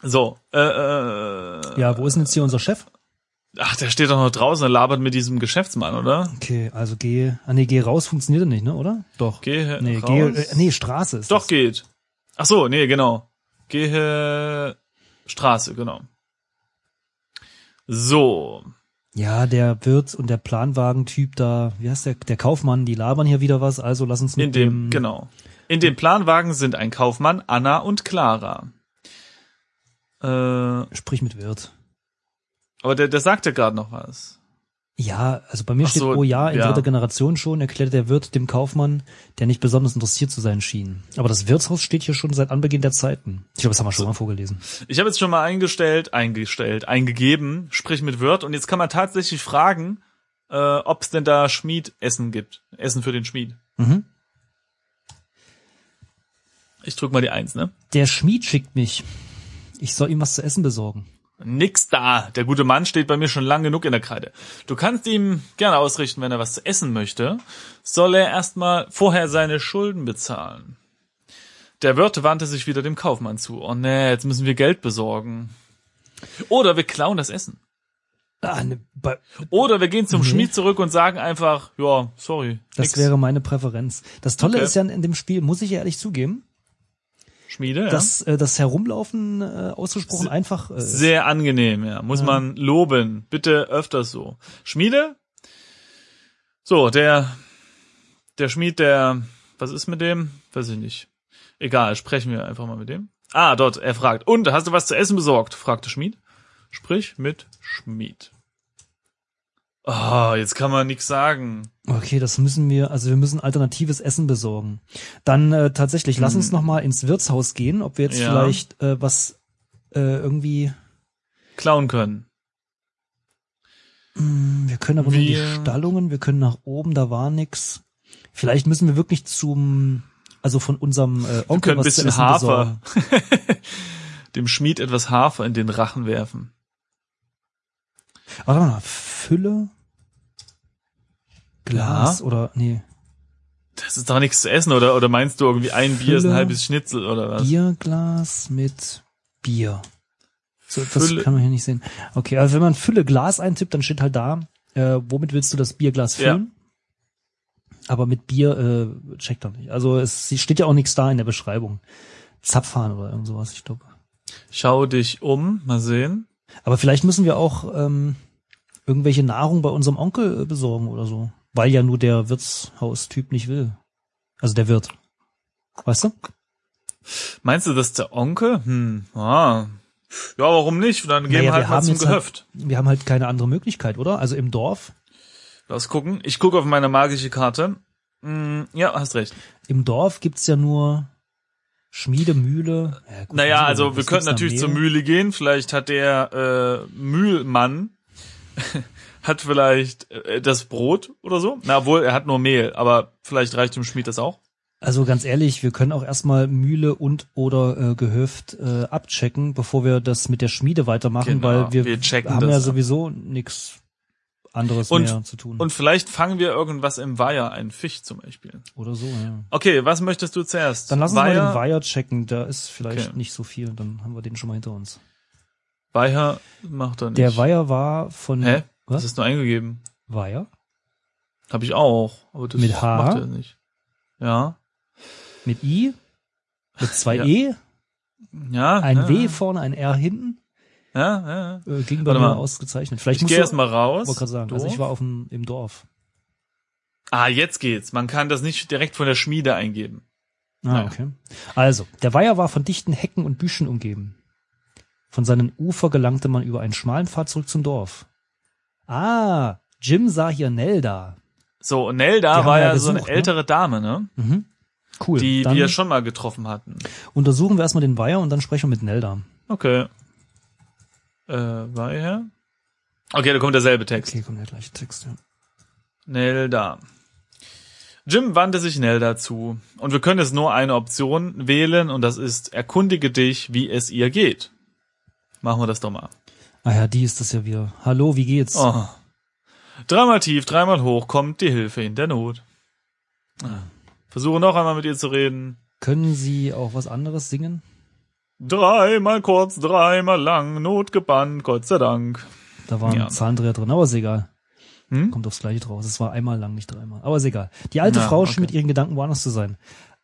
[SPEAKER 1] So, äh, äh,
[SPEAKER 2] Ja, wo ist denn jetzt hier unser Chef?
[SPEAKER 1] ach, der steht doch noch draußen und labert mit diesem Geschäftsmann, oder?
[SPEAKER 2] Okay, also geh, ah nee, geh raus funktioniert nicht, ne, oder? Doch.
[SPEAKER 1] Geh
[SPEAKER 2] nee,
[SPEAKER 1] raus.
[SPEAKER 2] geh, äh, nee, Straße ist
[SPEAKER 1] Doch
[SPEAKER 2] das.
[SPEAKER 1] geht. Ach so, nee, genau. Gehe Straße, genau. So,
[SPEAKER 2] Ja, der Wirt und der Planwagentyp da, wie heißt der, der Kaufmann, die labern hier wieder was, also lass uns mit
[SPEAKER 1] in dem genau. In dem Planwagen sind ein Kaufmann, Anna und Clara. Äh, aber
[SPEAKER 2] Sprich mit Wirt.
[SPEAKER 1] der, der sagte gerade noch was.
[SPEAKER 2] Ja, also bei mir
[SPEAKER 1] Ach
[SPEAKER 2] steht,
[SPEAKER 1] so,
[SPEAKER 2] oh ja, in
[SPEAKER 1] ja.
[SPEAKER 2] dritter Generation schon, erklärte der Wirt dem Kaufmann, der nicht besonders interessiert zu sein schien. Aber das Wirtshaus steht hier schon seit Anbeginn der Zeiten. Ich glaube, das haben wir schon mal vorgelesen.
[SPEAKER 1] Ich habe jetzt schon mal eingestellt, eingestellt, eingegeben, sprich mit Wirt und jetzt kann man tatsächlich fragen, äh, ob es denn da Schmiedessen gibt. Essen für den Schmied.
[SPEAKER 2] Mhm.
[SPEAKER 1] Ich drück mal die Eins, ne?
[SPEAKER 2] Der Schmied schickt mich. Ich soll ihm was zu essen besorgen.
[SPEAKER 1] Nix da. Der gute Mann steht bei mir schon lang genug in der Kreide. Du kannst ihm gerne ausrichten, wenn er was zu essen möchte, soll er erstmal vorher seine Schulden bezahlen. Der Wirt wandte sich wieder dem Kaufmann zu. Oh nee, jetzt müssen wir Geld besorgen. Oder wir klauen das Essen.
[SPEAKER 2] Ah, ne, bei,
[SPEAKER 1] Oder wir gehen zum
[SPEAKER 2] Nee.
[SPEAKER 1] Schmied zurück und sagen einfach, ja, sorry,
[SPEAKER 2] das
[SPEAKER 1] nix.
[SPEAKER 2] wäre meine Präferenz. Das Tolle
[SPEAKER 1] Okay.
[SPEAKER 2] ist ja in dem Spiel, muss ich ehrlich zugeben,
[SPEAKER 1] Schmiede, ja.
[SPEAKER 2] dass äh, das Herumlaufen äh, ausgesprochen einfach äh,
[SPEAKER 1] Sehr angenehm, ja. Muss man loben. Bitte öfters so. Schmiede? So, der, der Schmied, der, was ist mit dem? Weiß ich nicht. Egal, sprechen wir einfach mal mit dem. Ah, dort, er fragt. Und, hast du was zu essen besorgt? fragte Schmied. Sprich mit Schmied. Ah, jetzt kann man nichts sagen.
[SPEAKER 2] Okay, das müssen wir, also wir müssen alternatives Essen besorgen. Dann äh, tatsächlich, lass uns noch mal ins Wirtshaus gehen, ob wir jetzt
[SPEAKER 1] Hm. Ja.
[SPEAKER 2] vielleicht äh, was äh, irgendwie,
[SPEAKER 1] Klauen können.
[SPEAKER 2] Hm, wir können aber nur in die
[SPEAKER 1] Wir-
[SPEAKER 2] Stallungen, wir können nach oben, da war nix. Vielleicht müssen wir wirklich zum, also von unserem äh,
[SPEAKER 1] Wir
[SPEAKER 2] Onkel
[SPEAKER 1] können ein
[SPEAKER 2] was zu
[SPEAKER 1] bisschen
[SPEAKER 2] essen
[SPEAKER 1] Hafer.
[SPEAKER 2] besorgen.
[SPEAKER 1] Dem Schmied etwas Hafer in den Rachen werfen.
[SPEAKER 2] Warte mal, Fülle? Glas oder, nee,
[SPEAKER 1] Das ist doch nichts zu essen, oder? Oder meinst du irgendwie ein Bier ist ein
[SPEAKER 2] Fülle.
[SPEAKER 1] halbes Schnitzel oder was?
[SPEAKER 2] Bierglas mit Bier. So, das
[SPEAKER 1] Fülle.
[SPEAKER 2] kann man hier nicht sehen. Okay, also wenn man Fülle Glas eintippt, dann steht halt da, äh, womit willst du das Bierglas
[SPEAKER 1] Ja.
[SPEAKER 2] füllen? Aber mit Bier äh, checkt er nicht. Also es steht ja auch nichts da in der Beschreibung. Zapfhahn oder irgend sowas, ich glaube.
[SPEAKER 1] Schau dich um, mal sehen.
[SPEAKER 2] Aber vielleicht müssen wir auch ähm, irgendwelche Nahrung bei unserem Onkel äh, besorgen oder so. Weil ja nur der Wirtshaustyp nicht will. Also der Wirt. Weißt du?
[SPEAKER 1] Meinst du, das ist der Onkel? Hm, ah. Ja, warum nicht? Dann gehen wir
[SPEAKER 2] Naja,
[SPEAKER 1] halt
[SPEAKER 2] wir
[SPEAKER 1] mal
[SPEAKER 2] haben
[SPEAKER 1] zum
[SPEAKER 2] jetzt halt-
[SPEAKER 1] Gehöft.
[SPEAKER 2] Wir haben halt keine andere Möglichkeit, oder? Also im Dorf
[SPEAKER 1] Lass gucken. Ich gucke auf meine magische Karte. Hm, ja, hast recht.
[SPEAKER 2] Im Dorf gibt's ja nur Schmiede, Mühle. Ja, gut,
[SPEAKER 1] Naja,
[SPEAKER 2] weiß ich
[SPEAKER 1] also
[SPEAKER 2] nicht,
[SPEAKER 1] wir
[SPEAKER 2] was
[SPEAKER 1] könnten
[SPEAKER 2] gibt's da
[SPEAKER 1] natürlich
[SPEAKER 2] mehr?
[SPEAKER 1] zur Mühle gehen. Vielleicht hat der äh, Mühlmann hat vielleicht äh, das Brot oder so. Na, obwohl, er hat nur Mehl, aber vielleicht reicht dem Schmied das auch.
[SPEAKER 2] Also ganz ehrlich, wir können auch erstmal Mühle und oder äh, Gehöft äh, abchecken, bevor wir das mit der Schmiede weitermachen,
[SPEAKER 1] Genau,
[SPEAKER 2] weil wir,
[SPEAKER 1] wir checken
[SPEAKER 2] haben
[SPEAKER 1] das
[SPEAKER 2] ja
[SPEAKER 1] ab.
[SPEAKER 2] sowieso nix anderes
[SPEAKER 1] Und-
[SPEAKER 2] mehr zu tun.
[SPEAKER 1] Und vielleicht fangen wir irgendwas im Weiher, einen Fisch zum Beispiel.
[SPEAKER 2] oder so, ja.
[SPEAKER 1] Okay, was möchtest du zuerst?
[SPEAKER 2] Dann lass uns
[SPEAKER 1] Weiher,
[SPEAKER 2] mal den Weiher checken, da ist vielleicht
[SPEAKER 1] Okay.
[SPEAKER 2] nicht so viel, dann haben wir den schon mal hinter uns.
[SPEAKER 1] Weiher macht er nicht.
[SPEAKER 2] Der Weiher war von
[SPEAKER 1] Hä? Was? Das
[SPEAKER 2] was?
[SPEAKER 1] ist nur eingegeben.
[SPEAKER 2] Weiher?
[SPEAKER 1] Habe ich auch, aber das
[SPEAKER 2] Mit H?
[SPEAKER 1] macht er nicht. Ja.
[SPEAKER 2] Mit I? Mit zwei
[SPEAKER 1] Ja. Ah.
[SPEAKER 2] E?
[SPEAKER 1] Ja.
[SPEAKER 2] Ein
[SPEAKER 1] ja,
[SPEAKER 2] W vorne, ein R hinten?
[SPEAKER 1] Ja, ja. ja.
[SPEAKER 2] äh, ging bei
[SPEAKER 1] Warte
[SPEAKER 2] mir
[SPEAKER 1] mal.
[SPEAKER 2] ausgezeichnet. Vielleicht
[SPEAKER 1] Ich
[SPEAKER 2] musst
[SPEAKER 1] gehe
[SPEAKER 2] du,
[SPEAKER 1] erst mal raus.
[SPEAKER 2] wollte gerade sagen, also
[SPEAKER 1] Doof.
[SPEAKER 2] ich war auf dem, im Dorf.
[SPEAKER 1] ah, jetzt geht's. Man kann das nicht direkt von der Schmiede eingeben.
[SPEAKER 2] Ah,
[SPEAKER 1] Naja.
[SPEAKER 2] okay. Also, der Weiher war von dichten Hecken und Büschen umgeben. Von seinen Ufer gelangte man über einen schmalen Pfad zurück zum Dorf. Ah, Jim sah hier Nelda.
[SPEAKER 1] So, und
[SPEAKER 2] Die
[SPEAKER 1] Nelda
[SPEAKER 2] haben
[SPEAKER 1] war
[SPEAKER 2] wir
[SPEAKER 1] ja
[SPEAKER 2] ja
[SPEAKER 1] so eine
[SPEAKER 2] gesucht, ne?
[SPEAKER 1] ältere Dame, ne?
[SPEAKER 2] Mhm. Cool.
[SPEAKER 1] Die
[SPEAKER 2] dann
[SPEAKER 1] wir schon mal getroffen hatten.
[SPEAKER 2] untersuchen wir erstmal den Weiher und dann sprechen wir mit Nelda.
[SPEAKER 1] Okay. Äh, Weiher. Okay, da kommt derselbe Text.
[SPEAKER 2] Okay, kommt der gleiche Text, ja.
[SPEAKER 1] Nelda. Jim wandte sich Nelda zu. Und wir können jetzt nur eine Option wählen und das ist, erkundige dich, wie es ihr geht. Machen wir das doch mal.
[SPEAKER 2] Ah ja, die ist das ja wieder. Hallo, wie geht's?
[SPEAKER 1] Oh. Dreimal tief, dreimal hoch kommt die Hilfe in der Not. Ah. Versuche noch einmal mit ihr zu reden.
[SPEAKER 2] Können Sie auch was anderes singen?
[SPEAKER 1] Dreimal kurz, dreimal lang, notgebannt, Gott sei Dank.
[SPEAKER 2] Da war ein
[SPEAKER 1] Ja.
[SPEAKER 2] Zahlendreher drin, aber ist egal.
[SPEAKER 1] Hm?
[SPEAKER 2] Kommt aufs Gleiche draus. Es war einmal lang, nicht dreimal. Aber ist egal. Die alte
[SPEAKER 1] Ja,
[SPEAKER 2] Frau
[SPEAKER 1] okay.
[SPEAKER 2] schien mit ihren Gedanken woanders zu sein.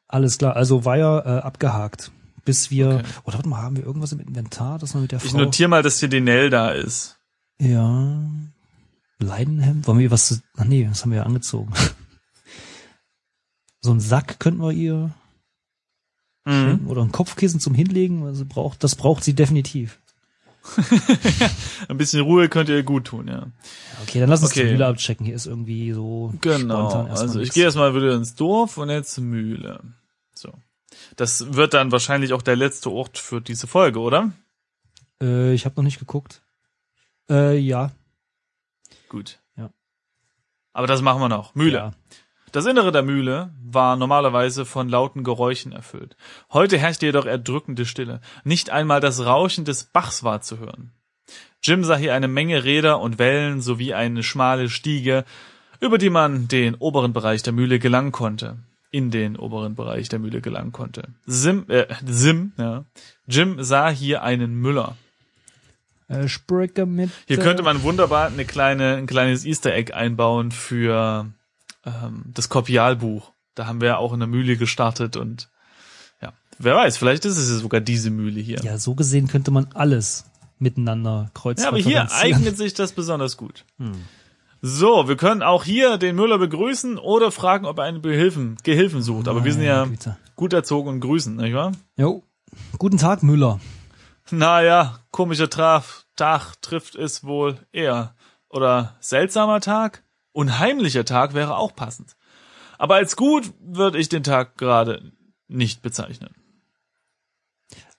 [SPEAKER 2] Alles klar. Also war ja äh, abgehakt. Bis wir.
[SPEAKER 1] Okay.
[SPEAKER 2] Oder warte mal, haben wir irgendwas im Inventar, dass man mit der
[SPEAKER 1] Ich
[SPEAKER 2] Frau.
[SPEAKER 1] notiere mal, dass hier die Nelda ist.
[SPEAKER 2] ja. Leidenhemd? Wollen wir ihr was zu. Ach nee, das haben wir ja angezogen. so einen Sack könnten wir ihr.
[SPEAKER 1] Mhm.
[SPEAKER 2] Mhm. Oder ein Kopfkissen zum Hinlegen. weil sie Also braucht, das braucht sie definitiv.
[SPEAKER 1] Ein bisschen Ruhe könnt ihr gut tun, ja.
[SPEAKER 2] Okay, dann lass uns
[SPEAKER 1] Okay.
[SPEAKER 2] die Mühle abchecken. Hier ist irgendwie so
[SPEAKER 1] Genau.
[SPEAKER 2] spontan erstmal
[SPEAKER 1] Also ich
[SPEAKER 2] nichts.
[SPEAKER 1] gehe erstmal wieder ins Dorf und jetzt Mühle. So. Das wird dann wahrscheinlich auch der letzte Ort für diese Folge, oder?
[SPEAKER 2] Äh, ich habe noch nicht geguckt. Äh, ja.
[SPEAKER 1] Gut.
[SPEAKER 2] Ja.
[SPEAKER 1] Aber das machen wir noch. Mühle.
[SPEAKER 2] Ja.
[SPEAKER 1] Das Innere der Mühle war normalerweise von lauten Geräuschen erfüllt. Heute herrschte jedoch erdrückende Stille. Nicht einmal das Rauschen des Bachs war zu hören. Jim sah hier eine Menge Räder und Wellen sowie eine schmale Stiege, über die man den oberen Bereich der Mühle gelangen konnte. In den oberen Bereich der Mühle gelangen konnte. Sim, äh, Sim, ja. Jim sah hier einen Müller.
[SPEAKER 2] Äh, Spricke mit.
[SPEAKER 1] Hier
[SPEAKER 2] äh,
[SPEAKER 1] könnte man wunderbar eine kleine, ein kleines Easter Egg einbauen für ähm, das Kopialbuch. Da haben wir auch in der Mühle gestartet und ja, wer weiß, vielleicht ist es ja sogar diese Mühle hier. Ja,
[SPEAKER 2] Ja, so gesehen könnte man alles miteinander kreuzen.
[SPEAKER 1] aber hier eignet sich das besonders gut. So, wir können auch hier den Müller begrüßen oder fragen, ob er einen Behilfen, Gehilfen sucht. Aber wir sind ja gut erzogen und grüßen, nicht wahr?
[SPEAKER 2] Jo. Guten Tag, Müller.
[SPEAKER 1] Naja, komischer Traf, Tag trifft es wohl eher. Oder seltsamer Tag? Unheimlicher Tag wäre auch passend. Aber als gut würde ich den Tag gerade nicht bezeichnen.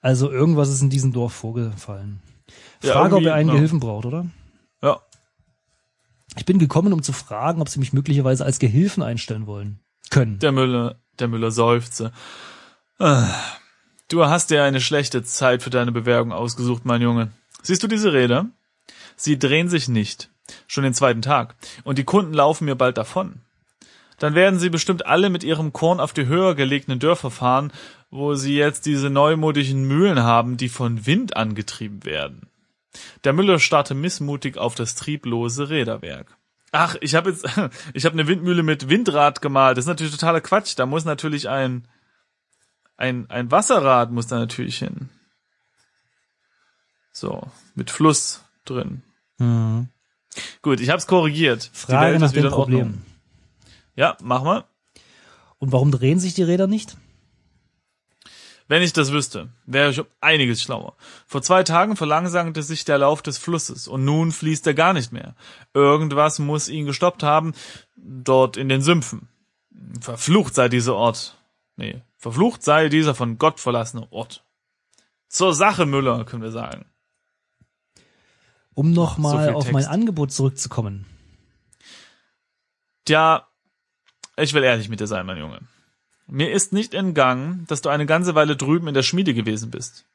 [SPEAKER 2] Also irgendwas ist in diesem Dorf vorgefallen.
[SPEAKER 1] Ja,
[SPEAKER 2] Frage, ob
[SPEAKER 1] irgendwie,
[SPEAKER 2] er einen
[SPEAKER 1] genau.
[SPEAKER 2] Gehilfen braucht, oder?
[SPEAKER 1] Ja,
[SPEAKER 2] Ich bin gekommen, um zu fragen, ob sie mich möglicherweise als Gehilfen einstellen wollen. Können.
[SPEAKER 1] der Müller, der Müller seufzte. Ah, Du hast dir eine schlechte Zeit für deine Bewerbung ausgesucht, mein Junge. Siehst du diese Räder? Sie drehen sich nicht. Schon den zweiten Tag. Und die Kunden laufen mir bald davon. Dann werden sie bestimmt alle mit ihrem Korn auf die höher gelegenen Dörfer fahren, wo sie jetzt diese neumodischen Mühlen haben, die von Wind angetrieben werden. Der Müller starrte missmutig auf das trieblose Räderwerk. Ach, ich habe jetzt, ich habe eine Windmühle mit Windrad gemalt. Das ist natürlich totaler Quatsch. Da muss natürlich ein, ein, ein Wasserrad muss da natürlich hin. So, mit Fluss drin.
[SPEAKER 2] Mhm.
[SPEAKER 1] Gut, ich habe es korrigiert. Die
[SPEAKER 2] Frage
[SPEAKER 1] Welt
[SPEAKER 2] nach
[SPEAKER 1] ist wieder
[SPEAKER 2] dem
[SPEAKER 1] in Ordnung.
[SPEAKER 2] Problem.
[SPEAKER 1] Ja, mach mal.
[SPEAKER 2] Und warum drehen sich die Räder nicht?
[SPEAKER 1] Wenn ich das wüsste, wäre ich um einiges schlauer. Vor zwei Tagen verlangsamte sich der Lauf des Flusses und nun fließt er gar nicht mehr. Irgendwas muss ihn gestoppt haben, dort in den Sümpfen. Verflucht sei dieser Ort. Nee, verflucht sei dieser von Gott verlassene Ort. Zur Sache, Müller, können wir sagen.
[SPEAKER 2] Um
[SPEAKER 1] so
[SPEAKER 2] nochmal
[SPEAKER 1] viel
[SPEAKER 2] auf
[SPEAKER 1] Text.
[SPEAKER 2] mein Angebot zurückzukommen.
[SPEAKER 1] Tja, ich will ehrlich mit dir sein, mein Junge. Mir ist nicht entgangen, dass du eine ganze Weile drüben in der Schmiede gewesen bist.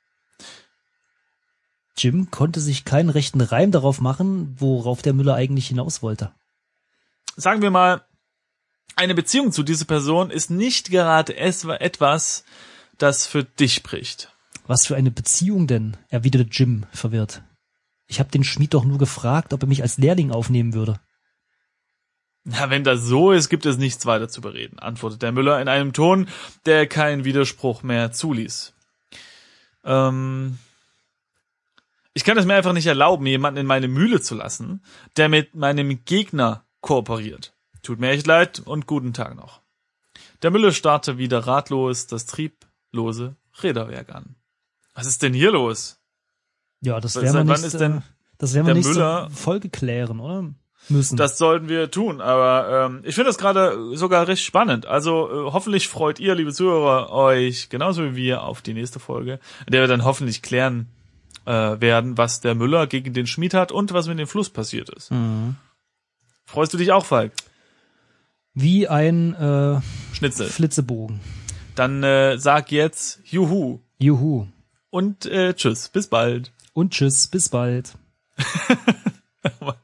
[SPEAKER 2] Jim konnte sich keinen rechten Reim darauf machen, worauf der Müller eigentlich hinaus wollte.
[SPEAKER 1] sagen wir mal, eine Beziehung zu dieser Person ist nicht gerade es- etwas, das für dich spricht.
[SPEAKER 2] Was für eine Beziehung denn? erwiderte Jim verwirrt. Ich habe den Schmied doch nur gefragt, ob er mich als Lehrling aufnehmen würde.
[SPEAKER 1] Na, wenn das so ist, gibt es nichts weiter zu bereden, antwortet der Müller in einem Ton, der keinen Widerspruch mehr zuließ. Ähm, ich kann es mir einfach nicht erlauben, jemanden in meine Mühle zu lassen, der mit meinem Gegner kooperiert. Tut mir echt leid und guten Tag noch. Der Müller starrte wieder ratlos das trieblose Räderwerk an. Was ist denn hier los?
[SPEAKER 2] Ja, das
[SPEAKER 1] Seit-
[SPEAKER 2] werden
[SPEAKER 1] seit
[SPEAKER 2] wir
[SPEAKER 1] wann
[SPEAKER 2] nächste,
[SPEAKER 1] ist denn
[SPEAKER 2] das werden wir
[SPEAKER 1] der
[SPEAKER 2] nächste
[SPEAKER 1] Müller-
[SPEAKER 2] Folge klären, oder? Müssen.
[SPEAKER 1] Das sollten wir tun, aber ähm, ich finde das gerade sogar recht spannend. Also äh, hoffentlich freut ihr, liebe Zuhörer, euch genauso wie wir auf die nächste Folge, in der wir dann hoffentlich klären äh, werden, was der Müller gegen den Schmied hat und was mit dem Fluss passiert ist.
[SPEAKER 2] Mhm.
[SPEAKER 1] Freust du dich auch, Falk?
[SPEAKER 2] Wie ein äh,
[SPEAKER 1] Schnitzel.
[SPEAKER 2] Flitzebogen.
[SPEAKER 1] Dann äh, sag jetzt Juhu
[SPEAKER 2] Juhu.
[SPEAKER 1] und äh, Tschüss. Bis bald.
[SPEAKER 2] Und tschüss, bis bald.
[SPEAKER 1] Mann.